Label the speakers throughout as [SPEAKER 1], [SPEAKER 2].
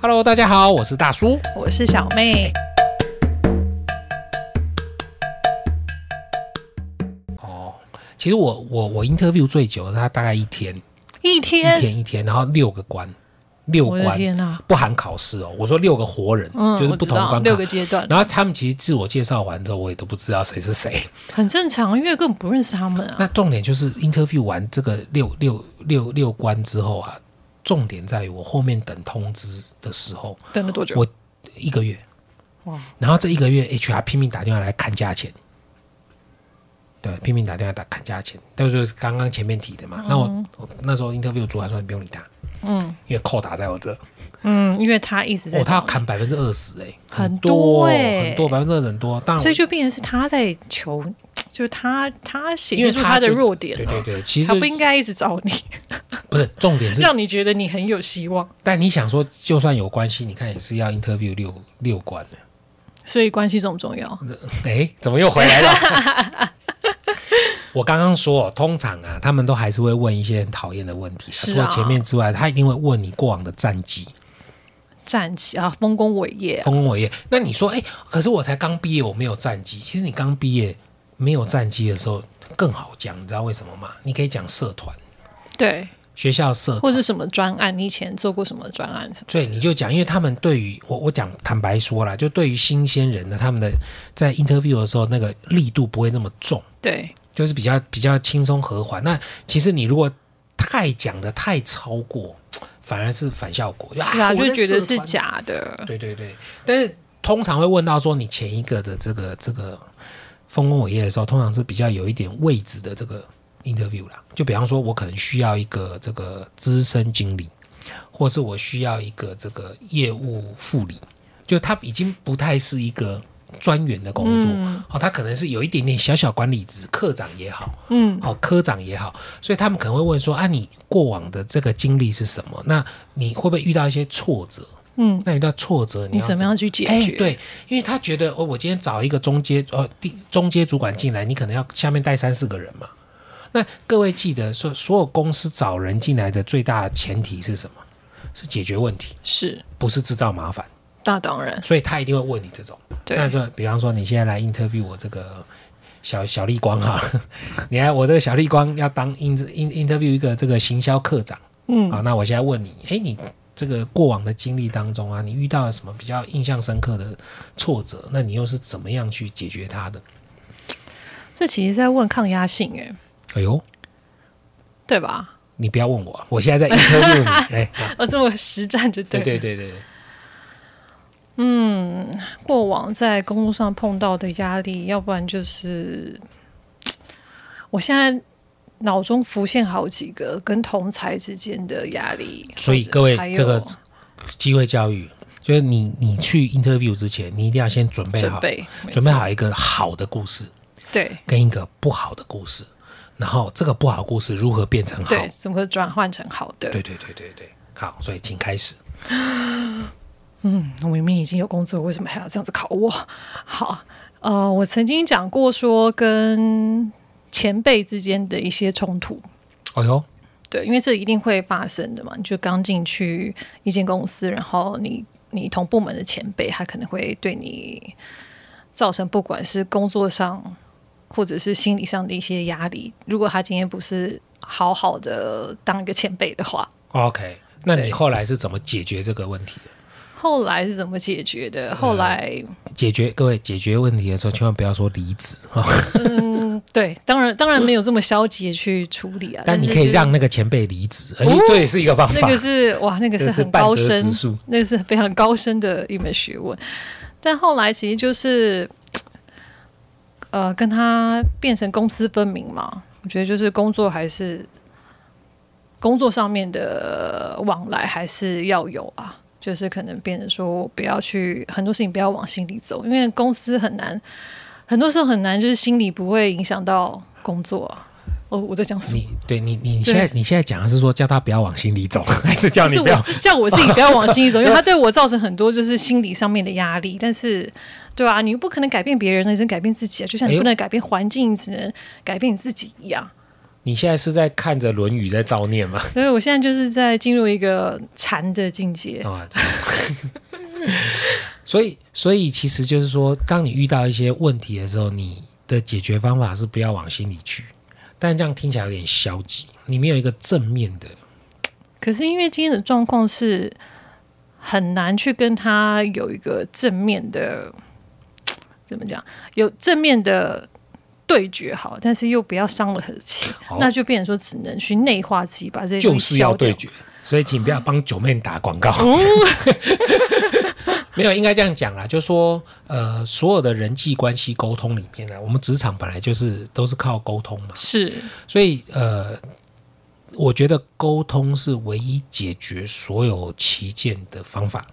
[SPEAKER 1] Hello，大家好，我是大叔。
[SPEAKER 2] 我是小妹。
[SPEAKER 1] 哦，其实我我我 interview 最久，他大概一天，
[SPEAKER 2] 一
[SPEAKER 1] 一
[SPEAKER 2] 天，
[SPEAKER 1] 天一天，然后六个关，六
[SPEAKER 2] 我的
[SPEAKER 1] 关
[SPEAKER 2] 天呐！
[SPEAKER 1] 不含考试哦。我说六个活人，
[SPEAKER 2] 嗯，
[SPEAKER 1] 就是
[SPEAKER 2] 我
[SPEAKER 1] 不
[SPEAKER 2] 知
[SPEAKER 1] 同
[SPEAKER 2] 道
[SPEAKER 1] 关
[SPEAKER 2] 六
[SPEAKER 1] 卡。
[SPEAKER 2] 个阶段，
[SPEAKER 1] 然后他们其实自我介绍完之后，我也都不知道谁是谁。
[SPEAKER 2] 很正常，因为根本不认识他们啊。
[SPEAKER 1] 那重点就是 interview 完这个六六六六关之后啊，重点在于我后面等通知的时候
[SPEAKER 2] 等了多久
[SPEAKER 1] 我？一个月，
[SPEAKER 2] 哇，
[SPEAKER 1] 然后这一个月 HR 拼命打电话来砍价钱，对，拼命打电话打砍价钱，但是就是刚刚前面提的嘛。那我我那时候 interview 主管说你不用理他，
[SPEAKER 2] 嗯
[SPEAKER 1] 因为扣打在我这，
[SPEAKER 2] 嗯，因为他一直在
[SPEAKER 1] 哦，他要
[SPEAKER 2] 找
[SPEAKER 1] 砍百分之二十，哎，
[SPEAKER 2] 很
[SPEAKER 1] 多
[SPEAKER 2] 多欸
[SPEAKER 1] 很多百分之二十很多，但
[SPEAKER 2] 你，
[SPEAKER 1] 我
[SPEAKER 2] 所以就变成是他在求，就是他他
[SPEAKER 1] 因
[SPEAKER 2] 写
[SPEAKER 1] 为
[SPEAKER 2] 出
[SPEAKER 1] 他
[SPEAKER 2] 的
[SPEAKER 1] 就
[SPEAKER 2] 弱点
[SPEAKER 1] 对
[SPEAKER 2] 了
[SPEAKER 1] 对对，其实
[SPEAKER 2] 他
[SPEAKER 1] 就
[SPEAKER 2] 不应该一直找你，
[SPEAKER 1] 不是重点是
[SPEAKER 2] 让你觉得你很有希望，
[SPEAKER 1] 但你想说，就算有关系，你看也是要 interview 六六关啊的。
[SPEAKER 2] 所以关系重不重要？
[SPEAKER 1] 哎，怎么又回来了？我刚刚说、哦，通常啊，他们都还是会问一些很讨厌的问题、
[SPEAKER 2] 是啊
[SPEAKER 1] 除了前面之外，他一定会问你过往的战绩、
[SPEAKER 2] 战绩啊，丰功伟业啊，
[SPEAKER 1] 丰功伟业。那你说，哎，可是我才刚毕业，我没有战绩。其实你刚毕业没有战绩的时候更好讲，你知道为什么吗？你可以讲社团、
[SPEAKER 2] 对，
[SPEAKER 1] 学校社
[SPEAKER 2] 或是什么专案，你以前做过什么专案什么？
[SPEAKER 1] 对，你就讲，因为他们对于我，我讲坦白说啦，就对于新鲜人呢，他们的在 interview 的时候，那个力度不会那么重，
[SPEAKER 2] 对，
[SPEAKER 1] 就是比较比较轻松和缓。那其实你如果太讲的太超过，反而是反效果。
[SPEAKER 2] 是啊，
[SPEAKER 1] 我在
[SPEAKER 2] 就觉
[SPEAKER 1] 社
[SPEAKER 2] 得是
[SPEAKER 1] 团。
[SPEAKER 2] 假的，
[SPEAKER 1] 对对对，但是通常会问到说你前一个的这个这个丰功伟业的时候，通常是比较有一点位置的这个 interview 啦。就比方说，我可能需要一个这个资深经理，或是我需要一个这个业务副理，就他已经不太是一个专员的工作。
[SPEAKER 2] 嗯
[SPEAKER 1] 哦，他可能是有一点点小小管理职，科长也好，
[SPEAKER 2] 嗯，
[SPEAKER 1] 哦，科长也好，所以他们可能会问说啊，你过往的这个经历是什么？那你会不会遇到一些挫折？
[SPEAKER 2] 嗯，
[SPEAKER 1] 那遇到挫折，你
[SPEAKER 2] 你
[SPEAKER 1] 要
[SPEAKER 2] 怎么样去解
[SPEAKER 1] 哎，
[SPEAKER 2] 决？
[SPEAKER 1] 对，因为他觉得哦，我今天找一个中阶哦，第中阶主管进来，你可能要下面带三四个人嘛。那各位记得说，所有公司找人进来的最大的前提是什么？是解决问题，
[SPEAKER 2] 是
[SPEAKER 1] 不是制造麻烦。
[SPEAKER 2] 那当然，
[SPEAKER 1] 所以他一定会问你这种。
[SPEAKER 2] 对，
[SPEAKER 1] 那就比方说，你现在来 interview 我这个小小丽光哈， 你看我这个小丽光要当 in in interview 一个这个行销课长
[SPEAKER 2] 嗯
[SPEAKER 1] 啊，那我现在问你，哎，你这个过往的经历当中啊，你遇到了什么比较印象深刻的挫折？那你又是怎么样去解决它的？
[SPEAKER 2] 这其实在问抗压性、欸，哎，
[SPEAKER 1] 哎呦，
[SPEAKER 2] 对吧？
[SPEAKER 1] 你不要问我，我现在 在 interview 你，哎，啊
[SPEAKER 2] 哦，这么实战就对
[SPEAKER 1] 对
[SPEAKER 2] 了。
[SPEAKER 1] 对对对，对
[SPEAKER 2] 过往在工作上碰到的压力，要不然就是，我现在脑中浮现好几个跟同才之间的压力。
[SPEAKER 1] 所以
[SPEAKER 2] 或者
[SPEAKER 1] 各位
[SPEAKER 2] 还有
[SPEAKER 1] 这个机会教育。就是你，你去 interview 之前，你一定要先准备
[SPEAKER 2] 准
[SPEAKER 1] 好，
[SPEAKER 2] 备没
[SPEAKER 1] 准备
[SPEAKER 2] 错
[SPEAKER 1] 好一个好的故事，
[SPEAKER 2] 对
[SPEAKER 1] 跟一个不好的故事，然后这个不好的故事如何变成好？
[SPEAKER 2] 对，怎么转换成好的？
[SPEAKER 1] 对对对对对好，所以请开始。
[SPEAKER 2] 我明明已经有工作，为什么还要这样子考我？ 好，呃，我曾经讲过说跟前辈之间的一些冲突，
[SPEAKER 1] 哎呦，
[SPEAKER 2] 对，因为这一定会发生的嘛。你就刚进去一间公司，然后你你同部门的前辈，他可能会对你造成不管是工作上或者是心理上的一些压力。如果他今天不是好好的当一个前辈的话，
[SPEAKER 1] ，OK，那你
[SPEAKER 2] 对
[SPEAKER 1] 后来是怎么解决这个问题的？
[SPEAKER 2] 后来是怎么解决的？
[SPEAKER 1] 嗯
[SPEAKER 2] 后来，
[SPEAKER 1] 解决各位解决问题的时候，千万不要说离职 哈，
[SPEAKER 2] 嗯，对，当然当然没有这么消极地去处理啊，
[SPEAKER 1] 但你
[SPEAKER 2] 是
[SPEAKER 1] 可以
[SPEAKER 2] 就是
[SPEAKER 1] 让那个前辈离职，哎
[SPEAKER 2] 哦，
[SPEAKER 1] 这也是一个方
[SPEAKER 2] 那
[SPEAKER 1] 法
[SPEAKER 2] 个。是哇，那个
[SPEAKER 1] 这
[SPEAKER 2] 是
[SPEAKER 1] 是
[SPEAKER 2] 很
[SPEAKER 1] 半
[SPEAKER 2] 高
[SPEAKER 1] 折
[SPEAKER 2] 深
[SPEAKER 1] 直树，
[SPEAKER 2] 那个是非常高深的一门学问。但后来其实就是，呃，跟他变成公私分明嘛。我觉得就是工作还是工作上面的往来还是要有啊。就是可能变成说，不要去很多事情不要往心里走，因为公司很难，很多时候很难，就是心理不会影响到工作、啊。哦，我在讲什么？
[SPEAKER 1] 你对你你你现在你现在讲的是说叫他不要往心里走， 还是叫
[SPEAKER 2] 就
[SPEAKER 1] 你
[SPEAKER 2] 是
[SPEAKER 1] 不要
[SPEAKER 2] 我自叫我自己不要往心里 走，因为他对我造成很多就是心理上面的压力。但是，对啊，你又不可能改变别人，你只能改变自己啊。就像
[SPEAKER 1] 哎
[SPEAKER 2] 你
[SPEAKER 1] 呦
[SPEAKER 2] 不能改变环境，你只能改变你自己一样。
[SPEAKER 1] 你现在是在看着《论语》在造念吗？
[SPEAKER 2] 所以我现在就是在进入一个禅的境界。
[SPEAKER 1] 啊，这样子 所以所以其实就是说，当你遇到一些问题的时候，你的解决方法是不要往心里去。但这样听起来有点消极，你没有一个正面的，
[SPEAKER 2] 可是因为今天的状况是很难去跟他有一个正面的，怎么讲？有正面的对决好，但是又不要伤了和气，
[SPEAKER 1] 好
[SPEAKER 2] 那就变成说只能去内化自己，把这些
[SPEAKER 1] 就
[SPEAKER 2] 东西
[SPEAKER 1] 是要
[SPEAKER 2] 消掉哦
[SPEAKER 1] 对决。所以请不要帮九妹打广告。 没有，应该这样讲啦，就说呃，所有的人际关系沟通里面呢、啊我们职场本来就是都是靠沟通嘛。
[SPEAKER 2] 是
[SPEAKER 1] 所以呃，我觉得沟通是唯一解决所有旗舰的方法，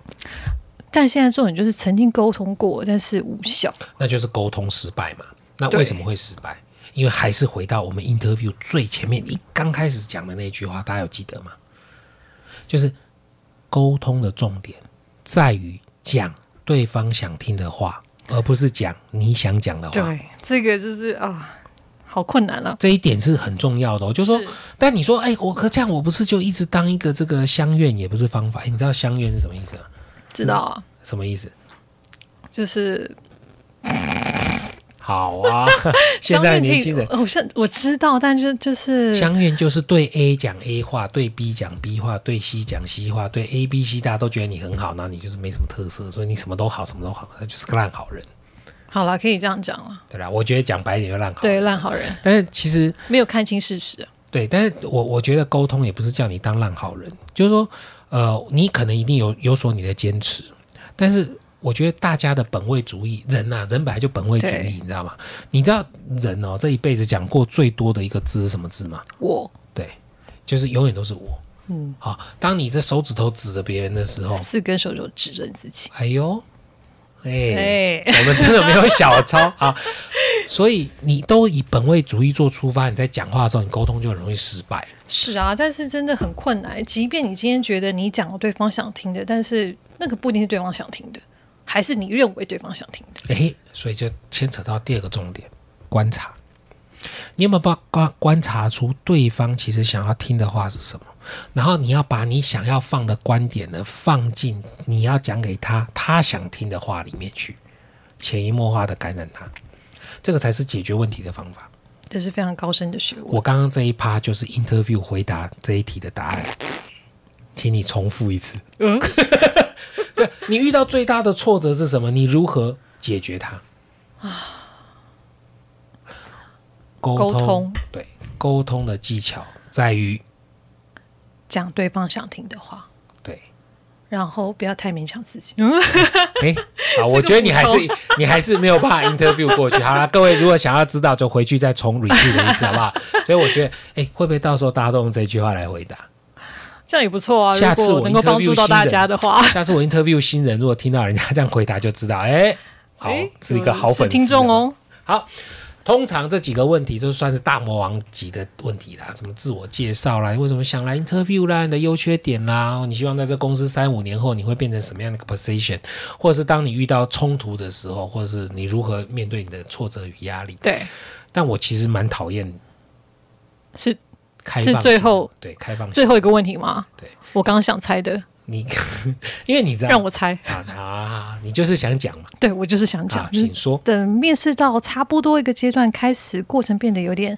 [SPEAKER 2] 但现在重点就是曾经沟通过，但是无效。
[SPEAKER 1] 那就是沟通失败嘛。那
[SPEAKER 2] 对
[SPEAKER 1] 为什么会失败？因为还是回到我们 interview 最前面一刚开始讲的那句话，大家有记得吗？就是沟通的重点在于讲对方想听的话，而不是讲你想讲的话。
[SPEAKER 2] 对，这个就是啊，好困难啊了、
[SPEAKER 1] 这一点是很重要的、哦，就是说
[SPEAKER 2] 是，
[SPEAKER 1] 但你说，哎、我可这样，我不是就一直当一个这个乡愿，也不是方法。哎，你知道乡愿是什么意思吗？
[SPEAKER 2] 知道啊，
[SPEAKER 1] 什么意思？
[SPEAKER 2] 就是
[SPEAKER 1] 好啊，现在的年轻人
[SPEAKER 2] 呃我现我知道，但就就是
[SPEAKER 1] 相怨就是对 A 讲 A 话，对 B 讲 B 话，对 C 讲 C 话，对 A、B、C 大家都觉得你很好，然后你就是没什么特色，所以你什么都好，什么都好，那就是个烂好人，
[SPEAKER 2] 好了，可以这样讲了。
[SPEAKER 1] 对啦，我觉得讲白一点就烂好人。
[SPEAKER 2] 对，烂好人
[SPEAKER 1] 但是其实
[SPEAKER 2] 没有看清事实，
[SPEAKER 1] 对，但是我我觉得沟通也不是叫你当烂好人，就是说，呃，你可能一定有有所你的坚持，但是我觉得大家的本位主义，人呐、人本来就本位主
[SPEAKER 2] 对
[SPEAKER 1] 义，你知道吗？你知道人哦，这一辈子讲过最多的一个字是什么字吗？
[SPEAKER 2] 我
[SPEAKER 1] 对，就是永远都是我。
[SPEAKER 2] 嗯，
[SPEAKER 1] 好，当你这手指头指着别人的时候，
[SPEAKER 2] 四根手指头指着你自己。
[SPEAKER 1] 哎呦，哎、
[SPEAKER 2] 哎，
[SPEAKER 1] 我们真的没有小抄啊。所以你都以本位主义做出发，你在讲话的时候，你沟通就很容易失败。
[SPEAKER 2] 是啊，但是真的很困难。即便你今天觉得你讲了对方想听的，但是那个不一定是对方想听的，还是你认为对方想听的。
[SPEAKER 1] 哎、所以就牵扯到第二个重点，观察。你有没有把观观察出对方其实想要听的话是什么？然后你要把你想要放的观点呢放进你要讲给他他想听的话里面去，潜移默化的感染他，这个才是解决问题的方法。
[SPEAKER 2] 这是非常高深的学问。
[SPEAKER 1] 我刚刚这一趴就是 interview 回答这一题的答案，请你重复一次。
[SPEAKER 2] 嗯
[SPEAKER 1] 对你遇到最大的挫折是什么？你如何解决它？沟
[SPEAKER 2] 沟通
[SPEAKER 1] 通对沟通的技巧在于
[SPEAKER 2] 讲对方想听的话，
[SPEAKER 1] 对，
[SPEAKER 2] 然后不要太勉强自己。
[SPEAKER 1] 哎，好，我觉得你还
[SPEAKER 2] 补
[SPEAKER 1] 是 你还是没有办法 interview 过去。好了，各位如果想要知道，就回去再重 repeat 一次，好不好？所以我觉得，哎，会不会到时候大家都用这句话来回答？
[SPEAKER 2] 这样也不错啊。
[SPEAKER 1] 下次
[SPEAKER 2] 如
[SPEAKER 1] 我
[SPEAKER 2] 果能够帮助
[SPEAKER 1] interview
[SPEAKER 2] 到大家的话，
[SPEAKER 1] 下次我 interview 新人，如果听到人家这样回答，就知道，哎，好
[SPEAKER 2] 诶，
[SPEAKER 1] 是一个好
[SPEAKER 2] 是
[SPEAKER 1] 粉丝
[SPEAKER 2] 听众
[SPEAKER 1] 了。
[SPEAKER 2] 哦。
[SPEAKER 1] 好，通常这几个问题就算是大魔王级的问题啦，什么自我介绍啦，你为什么想来 interview 啦，你的优缺点啦，哦你希望在这公司三五年后你会变成什么样的一个 position，或者是当你遇到冲突的时候，或者是你如何面对你的挫折与压力。
[SPEAKER 2] 对，
[SPEAKER 1] 但我其实蛮讨厌
[SPEAKER 2] 是
[SPEAKER 1] 开放性的，
[SPEAKER 2] 是最后
[SPEAKER 1] 对开放性，
[SPEAKER 2] 最后一个问题吗？
[SPEAKER 1] 对，
[SPEAKER 2] 我刚刚想猜的，
[SPEAKER 1] 你 因为你知道
[SPEAKER 2] 让我猜。
[SPEAKER 1] 啊啊，你就是想讲嘛
[SPEAKER 2] 对我就是想讲
[SPEAKER 1] 啊，，
[SPEAKER 2] 就是
[SPEAKER 1] 请说。
[SPEAKER 2] 等面试到差不多一个阶段开始，过程变得有点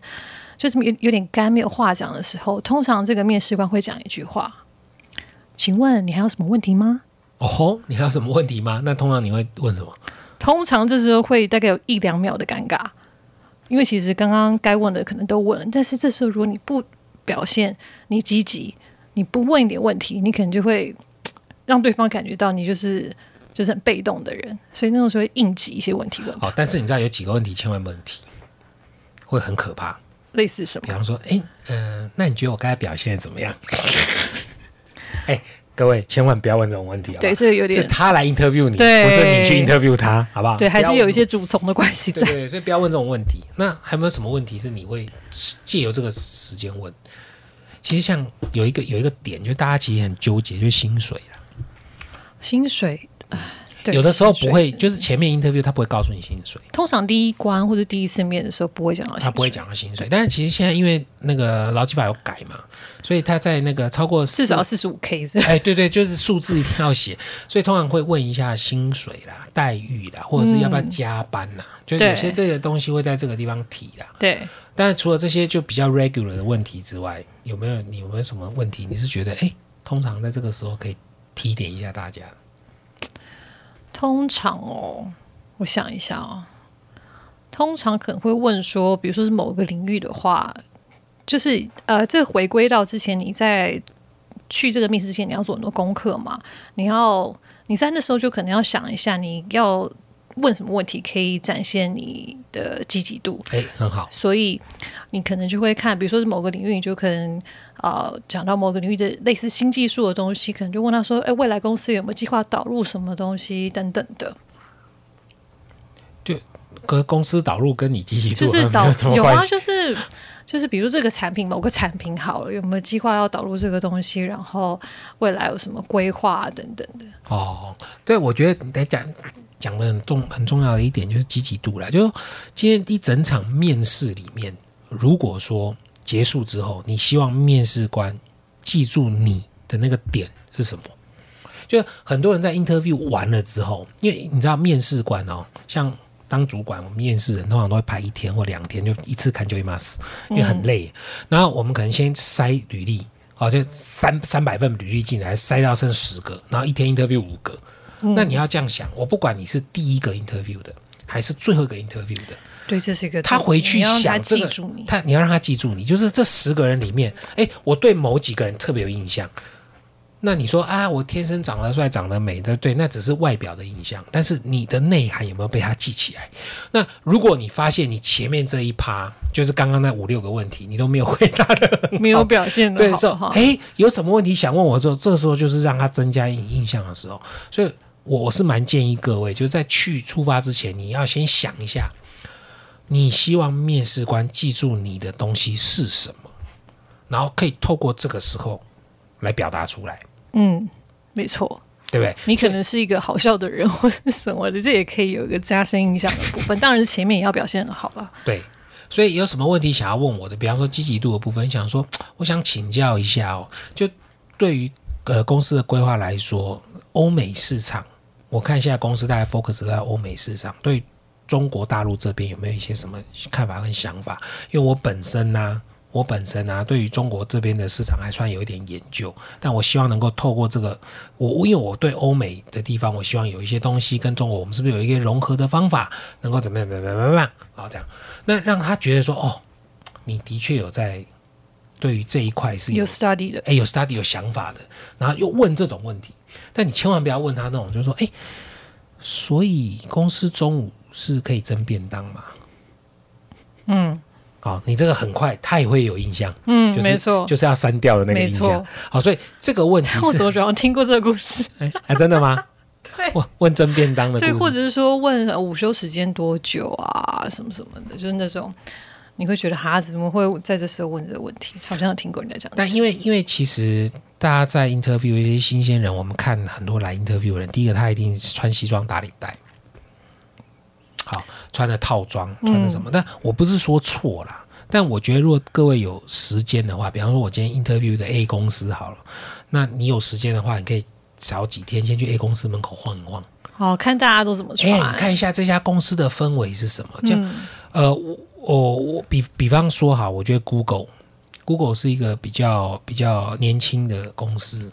[SPEAKER 2] 就是有有点干，没有话讲的时候，通常这个面试官会讲一句话：“请问你还有什么问题吗
[SPEAKER 1] 哦吼，你还有什么问题吗？那通常你会问什么？？”
[SPEAKER 2] 通常这时候会大概有一两秒的尴尬，因为其实刚刚该问的可能都问了，但是这时候如果你不表现你积极，你不问一点问题，你可能就会嘖让对方感觉到你就是就是很被动的人，所以那种时候会应急一些问题问他，
[SPEAKER 1] 好，哦但是你知道有几个问题千万不能提，会很可怕。
[SPEAKER 2] 类似什么
[SPEAKER 1] 比？方说，哎，嗯、那你觉得我刚才表现的怎么样？ 哎，各位千万不要问这种问题，好不好
[SPEAKER 2] 对，这个有
[SPEAKER 1] 啊是
[SPEAKER 2] 点
[SPEAKER 1] 他来 interview 你，不
[SPEAKER 2] 对
[SPEAKER 1] 是你去 interview 他，好不好？
[SPEAKER 2] 对，还
[SPEAKER 1] 不
[SPEAKER 2] 是
[SPEAKER 1] 要
[SPEAKER 2] 有一些主从的关系
[SPEAKER 1] 对
[SPEAKER 2] 在。
[SPEAKER 1] 对，对所以不要问这种问题。那还有没有什么问题是你会借由这个时间问？其实像有一个有一个点，就大家其实很纠结，就是薪水啦。
[SPEAKER 2] 薪水啊对
[SPEAKER 1] 有的时候
[SPEAKER 2] 薪
[SPEAKER 1] 不
[SPEAKER 2] 水
[SPEAKER 1] 会，
[SPEAKER 2] 是
[SPEAKER 1] 就是前面 interview 他不会告诉你薪水，
[SPEAKER 2] 通常第一关或者第一次面的时候不会讲哦到薪水，
[SPEAKER 1] 他啊不会，讲到薪水。但是其实现在因为那个劳基法有改嘛，所以他在那个超过
[SPEAKER 2] 至少
[SPEAKER 1] 40
[SPEAKER 2] 四十五 K 是吧。
[SPEAKER 1] 哎，对对，就是数字一定要写，所以通常会问一下薪水啦、待遇啦，或者是要不要加班啦，
[SPEAKER 2] 嗯
[SPEAKER 1] 就有些
[SPEAKER 2] 对
[SPEAKER 1] 这个东西会在这个地方提啦。
[SPEAKER 2] 对，
[SPEAKER 1] 但是除了这些就比较 regular 的问题之外，有没有你有没有什么问题？你是觉得哎，通常在这个时候可以提点一下大家？
[SPEAKER 2] 通常哦，我想一下哦，通常可能会问说，比如说是某个领域的话，就是呃，这回归到之前你在去这个面试之前，你要做很多功课嘛，你要你在那时候就可能要想一下，你要问什么问题可以展现你的积极度，
[SPEAKER 1] 哎，很好，
[SPEAKER 2] 所以你可能就会看，比如说是某个领域，你就可能呃讲到某个领域的类似新技术的东西，可能就问他说，哎，未来公司有没有计划导入什么东西等等的，
[SPEAKER 1] 跟公司导入跟你积极度
[SPEAKER 2] 就是
[SPEAKER 1] 好像
[SPEAKER 2] 导
[SPEAKER 1] 没有什么
[SPEAKER 2] 有
[SPEAKER 1] 关
[SPEAKER 2] 啊，
[SPEAKER 1] 系。
[SPEAKER 2] 就是就是比如这个产品某个产品好了，有没有计划要导入这个东西，然后未来有什么规划啊等等的，
[SPEAKER 1] 哦，对，我觉得你在讲讲的很重很重要的一点就是积极度啦。就今天一整场面试里面，如果说结束之后，你希望面试官记住你的那个点是什么？就很多人在 interview 完了之后，因为你知道面试官哦，像当主管，我们面试人通常都会排一天或两天，就一次看就一 mas，因为很累。然后我们可能先筛履历，好、就三三百份履历进来，筛到剩十个，然后一天 interview 五个。那你要这样想，我不管你是第一个 interview 的，还是最后一个 interview 的，
[SPEAKER 2] 对，这是一个
[SPEAKER 1] 他回去
[SPEAKER 2] 你要让
[SPEAKER 1] 想
[SPEAKER 2] 他
[SPEAKER 1] 这
[SPEAKER 2] 记
[SPEAKER 1] 个
[SPEAKER 2] 住你，
[SPEAKER 1] 他你要让他记住你，就是这十个人里面，哎，我对某几个人特别有印象。那你说啊，我天生长得帅、长得美，对不对？那只是外表的印象，但是你的内涵有没有被他记起来？那如果你发现你前面这一趴，就是刚刚那五六个问题，你都没有回答的，
[SPEAKER 2] 没有表现
[SPEAKER 1] 对
[SPEAKER 2] 的
[SPEAKER 1] 的时
[SPEAKER 2] 好
[SPEAKER 1] 候，
[SPEAKER 2] 哈，
[SPEAKER 1] 哎，有什么问题想问我之后，这时候就是让他增加印印象的时候。所以我，我是蛮建议各位，就是在去出发之前，你要先想一下，你希望面试官记住你的东西是什么，然后可以透过这个时候来表达出来，
[SPEAKER 2] 嗯，没错。
[SPEAKER 1] 对不对？
[SPEAKER 2] 你可能是一个好笑的人或是什么的，这也可以有一个加深印象的部分。当然，前面也要表现的好了。
[SPEAKER 1] 对，所以有什么问题想要问我的，比方说积极度的部分，想说我想请教一下哦，就对于呃公司的规划来说，欧美市场，我看现在公司大概 focus 在欧美市场，对中国大陆这边有没有一些什么看法跟想法？因为我本身呢、我本身啊，对于中国这边的市场还算有一点研究，但我希望能够透过这个，我因为我对欧美的地方，我希望有一些东西跟中国，我们是不是有一个融合的方法，能够怎么样怎么样怎么样，好这样，那让他觉得说，哦，你的确有在对于这一块是
[SPEAKER 2] 有 study 的，
[SPEAKER 1] 哎有 study 有想法的，然后又问这种问题，但你千万不要问他那种，就是说，哎，所以公司中午是可以蒸便当吗？
[SPEAKER 2] 嗯
[SPEAKER 1] 好、你这个很快他也会有印象，
[SPEAKER 2] 嗯，
[SPEAKER 1] 就是
[SPEAKER 2] 没错。
[SPEAKER 1] 就是要删掉的那个
[SPEAKER 2] 没
[SPEAKER 1] 印象
[SPEAKER 2] 错。
[SPEAKER 1] 好，所以这个问题
[SPEAKER 2] 我
[SPEAKER 1] 是，
[SPEAKER 2] 怎么好像听过这个 故事？
[SPEAKER 1] 哎、啊真的吗？
[SPEAKER 2] 对
[SPEAKER 1] 问问蒸便当的
[SPEAKER 2] 对，
[SPEAKER 1] 故
[SPEAKER 2] 或
[SPEAKER 1] 事，
[SPEAKER 2] 者是说问呃午休时间多久啊，什么什么的，就是那种你会觉得哈，怎么会在这时候问这个问题？好像有听过人家讲
[SPEAKER 1] 但因为因为其实大家在 interview 一些新鲜人，我们看很多来 interview 的人，第一个他一定是穿西装打领带，好，穿的套装，穿的什么？但我不是说错啦。但我觉得，如果各位有时间的话，比方说，我今天 interview 一个 A 公司好了，那你有时间的话，你可以找几天先去 A 公司门口晃一晃，
[SPEAKER 2] 好看大家都怎么
[SPEAKER 1] 哎、
[SPEAKER 2] 穿。
[SPEAKER 1] 你看一下这家公司的氛围是什么？这样，
[SPEAKER 2] 嗯
[SPEAKER 1] 呃，我我我比比方说哈，我觉得 Google Google 是一个比较比较年轻的公司，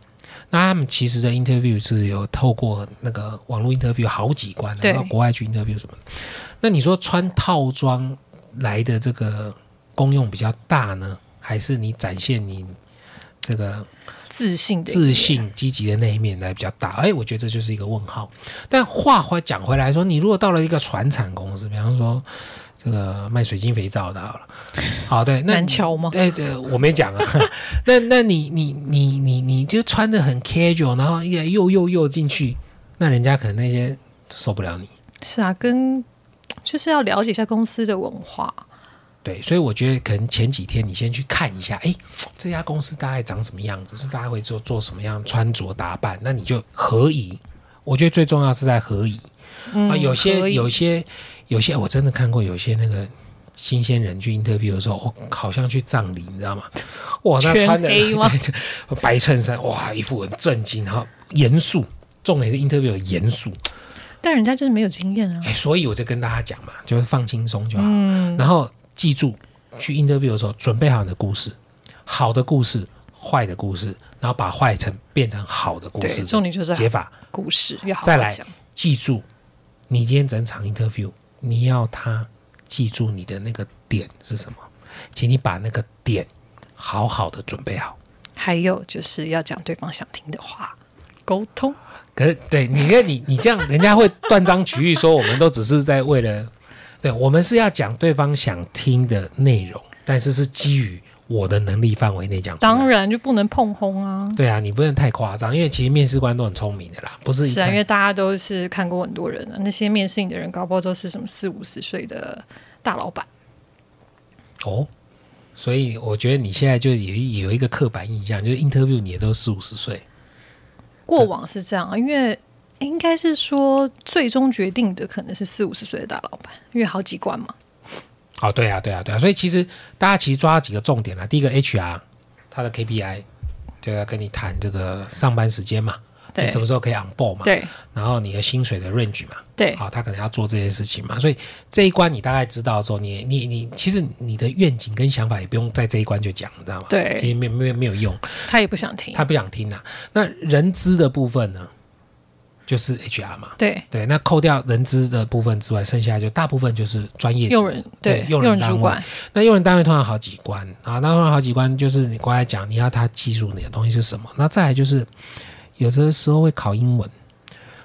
[SPEAKER 1] 那他们其实的 interview 是有透过那个网络 interview 好几关的，
[SPEAKER 2] 对
[SPEAKER 1] 到国外去 interview 什么的。那你说穿套装来的这个功用比较大呢，还是你展现你这个
[SPEAKER 2] 自信的一面
[SPEAKER 1] 自，信、积极的那一面来比较大。哎，我觉得这就是一个问号。但话回讲回来说，你如果到了一个船产公司，比方说这个卖水晶肥皂的，好了，好对，那
[SPEAKER 2] 难敲吗？
[SPEAKER 1] 对对，我没讲啊。 那那你你你你你就穿的很 casual，然后也又又又进去，那人家可能那些受不了你。
[SPEAKER 2] 是啊，跟就是要了解一下公司的文化。
[SPEAKER 1] 对，所以我觉得可能前几天你先去看一下，哎，这家公司大概长什么样子，就大概会做做什么样穿着打扮，那你就可以我觉得最重要是在合宜
[SPEAKER 2] 嗯
[SPEAKER 1] 啊，有
[SPEAKER 2] 可
[SPEAKER 1] 些
[SPEAKER 2] 以
[SPEAKER 1] 有些有些我真的看过有些那个。新鲜人去 interview 的时候，我、好像去葬礼，你知道吗？哇，那
[SPEAKER 2] 全
[SPEAKER 1] 穿的
[SPEAKER 2] 黑吗
[SPEAKER 1] 对就白衬衫，哇，一副很震惊，然后严肃，重点是 interview 的严肃。
[SPEAKER 2] 但人家就是没有经验啊。
[SPEAKER 1] 哎，所以我就跟大家讲嘛，就是放轻松就好。
[SPEAKER 2] 嗯，
[SPEAKER 1] 然后记住，去 interview 的时候准备好你的故事，好的故事、坏的故事，然后把坏成变成好的故
[SPEAKER 2] 对，
[SPEAKER 1] 事
[SPEAKER 2] 重
[SPEAKER 1] 的
[SPEAKER 2] 点就是
[SPEAKER 1] 解法。
[SPEAKER 2] 故事要好
[SPEAKER 1] 再
[SPEAKER 2] 好
[SPEAKER 1] 来
[SPEAKER 2] 讲。
[SPEAKER 1] 记住，你今天整场 interview，你要他记住你的那个点是什么，请你把那个点好好的准备好。
[SPEAKER 2] 还有就是要讲对方想听的话，沟通。
[SPEAKER 1] 可是啊对你，因为你你这样，人家会断章取义，说我们都只是在为了，对我们是要讲对方想听的内容，但是是基于我的能力范围内讲出来。
[SPEAKER 2] 当然就不能碰轰啊。
[SPEAKER 1] 对啊，你不能太夸张，因为其实面试官都很聪明的啦，不是一
[SPEAKER 2] 是啊，
[SPEAKER 1] 看
[SPEAKER 2] 因为大家都是看过很多人的、那些面试你的人，搞不好都是什么四五十岁的大老板。
[SPEAKER 1] 哦。所以我觉得你现在就有一有一个刻板印象，就是 interview 你也都四五十岁，
[SPEAKER 2] 过往是这样啊，因为应该是说最终决定的可能是四五十岁的大老板，因为好几关嘛。
[SPEAKER 1] 哦，对啊，对啊，对啊，所以其实大家其实抓到几个重点啦。啊第一个 HR，他的 KPI 就要跟你谈这个上班时间嘛，
[SPEAKER 2] 对
[SPEAKER 1] 你哎什么时候可以 on board 嘛，
[SPEAKER 2] 对
[SPEAKER 1] 然后你的薪水的 range 嘛，
[SPEAKER 2] 对，
[SPEAKER 1] 好，他可能要做这件事情嘛，所以这一关你大概知道之后，你你你其实你的愿景跟想法也不用在这一关就讲，你知道吗？
[SPEAKER 2] 对
[SPEAKER 1] 其实没有没有没有用，
[SPEAKER 2] 他也不想听。
[SPEAKER 1] 他不想听啊。那人资的部分呢，就是 HR 嘛。
[SPEAKER 2] 对，
[SPEAKER 1] 对，那扣掉人资的部分之外，剩下就大部分就是专业职
[SPEAKER 2] 用人对
[SPEAKER 1] 用
[SPEAKER 2] 人
[SPEAKER 1] 单
[SPEAKER 2] 主
[SPEAKER 1] 位
[SPEAKER 2] 管，
[SPEAKER 1] 那用人单位通常好几关啊，那通常好几关就是你刚才讲，你要他记住你的东西是什么。那再来就是有的时候会考英文、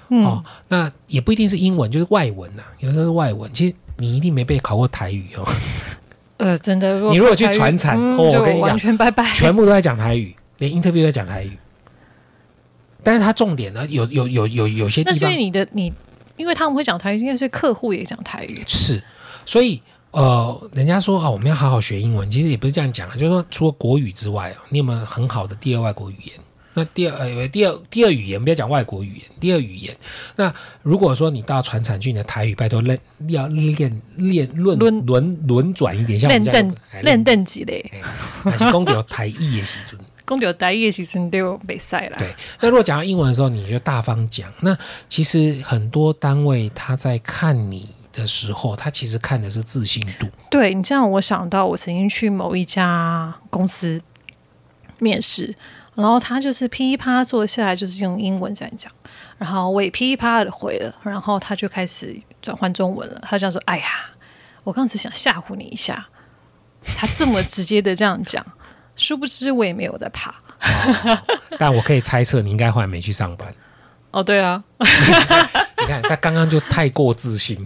[SPEAKER 2] 嗯
[SPEAKER 1] 哦，，那也不一定是英文，就是外文呐、啊有的时候是外文。其实你一定没被考过台语哦，
[SPEAKER 2] 呃，真的，
[SPEAKER 1] 你如果去
[SPEAKER 2] 台语
[SPEAKER 1] 传产
[SPEAKER 2] 嗯
[SPEAKER 1] 哦我
[SPEAKER 2] 就
[SPEAKER 1] 跟你讲
[SPEAKER 2] 完全拜拜。
[SPEAKER 1] 全部都在讲台语，连 interview 都在讲台语。但是他重点呢，有有有有有些
[SPEAKER 2] 那
[SPEAKER 1] 地
[SPEAKER 2] 所
[SPEAKER 1] 方
[SPEAKER 2] 以你的你，因为他们会讲台语，因为所以客户也讲台语。
[SPEAKER 1] 是，所以呃，人家说啊、我们要好好学英文，其实也不是这样讲啊的，就是说除了国语之外，啊你有没有很好的第二外国语言？那第二呃第二第二语言，不要讲外国语言，第二语言。那如果说你到船产去，你的台语拜托练要练练论
[SPEAKER 2] 轮
[SPEAKER 1] 轮轮转一点，像我
[SPEAKER 2] 练
[SPEAKER 1] 们这样
[SPEAKER 2] 凳
[SPEAKER 1] 有哎
[SPEAKER 2] 练，凳几嘞，
[SPEAKER 1] 那是公有台语的时 准。
[SPEAKER 2] 公牛台语的时阵就没赛啦。
[SPEAKER 1] 对那如果讲到英文的时候，你就大方讲。那其实很多单位他在看你的时候，他其实看的是自信度。
[SPEAKER 2] 对你这样，我想到我曾经去某一家公司面试，然后他就是噼里啪啦坐下来，就是用英文在讲，然后我也噼里啪啦的回了，然后他就开始转换中文了。他这样说：“哎呀，我刚只想吓唬你一下。”他这么直接的这样讲，殊不知我也没有在怕。
[SPEAKER 1] 但我可以猜测，你应该后来没去上班。
[SPEAKER 2] 哦，对啊，
[SPEAKER 1] 你看他刚刚就太过自信，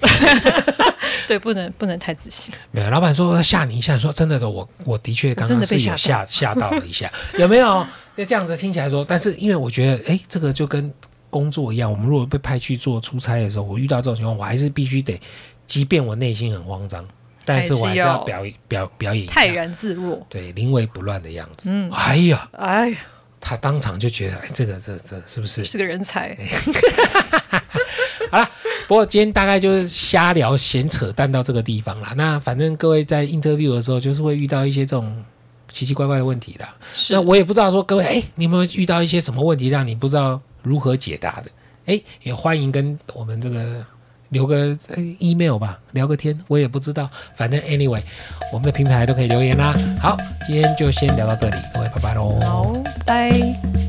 [SPEAKER 2] 对，不能不能太自信。
[SPEAKER 1] 没有老板说吓你一下，说真的的，我我的确刚刚是有
[SPEAKER 2] 我真
[SPEAKER 1] 吓吓到了一下，有没有？那这样子听起来说，但是因为我觉得，哎，这个就跟工作一样，我们如果被派去做出差的时候，我遇到这种情况，我还是必须得，即便我内心很慌张，但是我还是要
[SPEAKER 2] 还是要
[SPEAKER 1] 表表表演一
[SPEAKER 2] 泰
[SPEAKER 1] 下，
[SPEAKER 2] 然自若。
[SPEAKER 1] 对，临危不乱的样子。
[SPEAKER 2] 嗯
[SPEAKER 1] 哎呀，
[SPEAKER 2] 哎，
[SPEAKER 1] 他当场就觉得，哎，这个这这是不是？
[SPEAKER 2] 是个人才。
[SPEAKER 1] 不过今天大概就是瞎聊闲扯淡到这个地方啦。那反正各位在 interview 的时候，就是会遇到一些这种奇奇怪怪的问题啦。
[SPEAKER 2] 是
[SPEAKER 1] 那我也不知道说各位，哎，你有没有遇到一些什么问题让你不知道如何解答的？哎，也欢迎跟我们这个留个呃 email 吧，聊个天。我也不知道，反正 anyway，我们的平台都可以留言啦。好，今天就先聊到这里，各位拜拜喽。
[SPEAKER 2] 好，拜。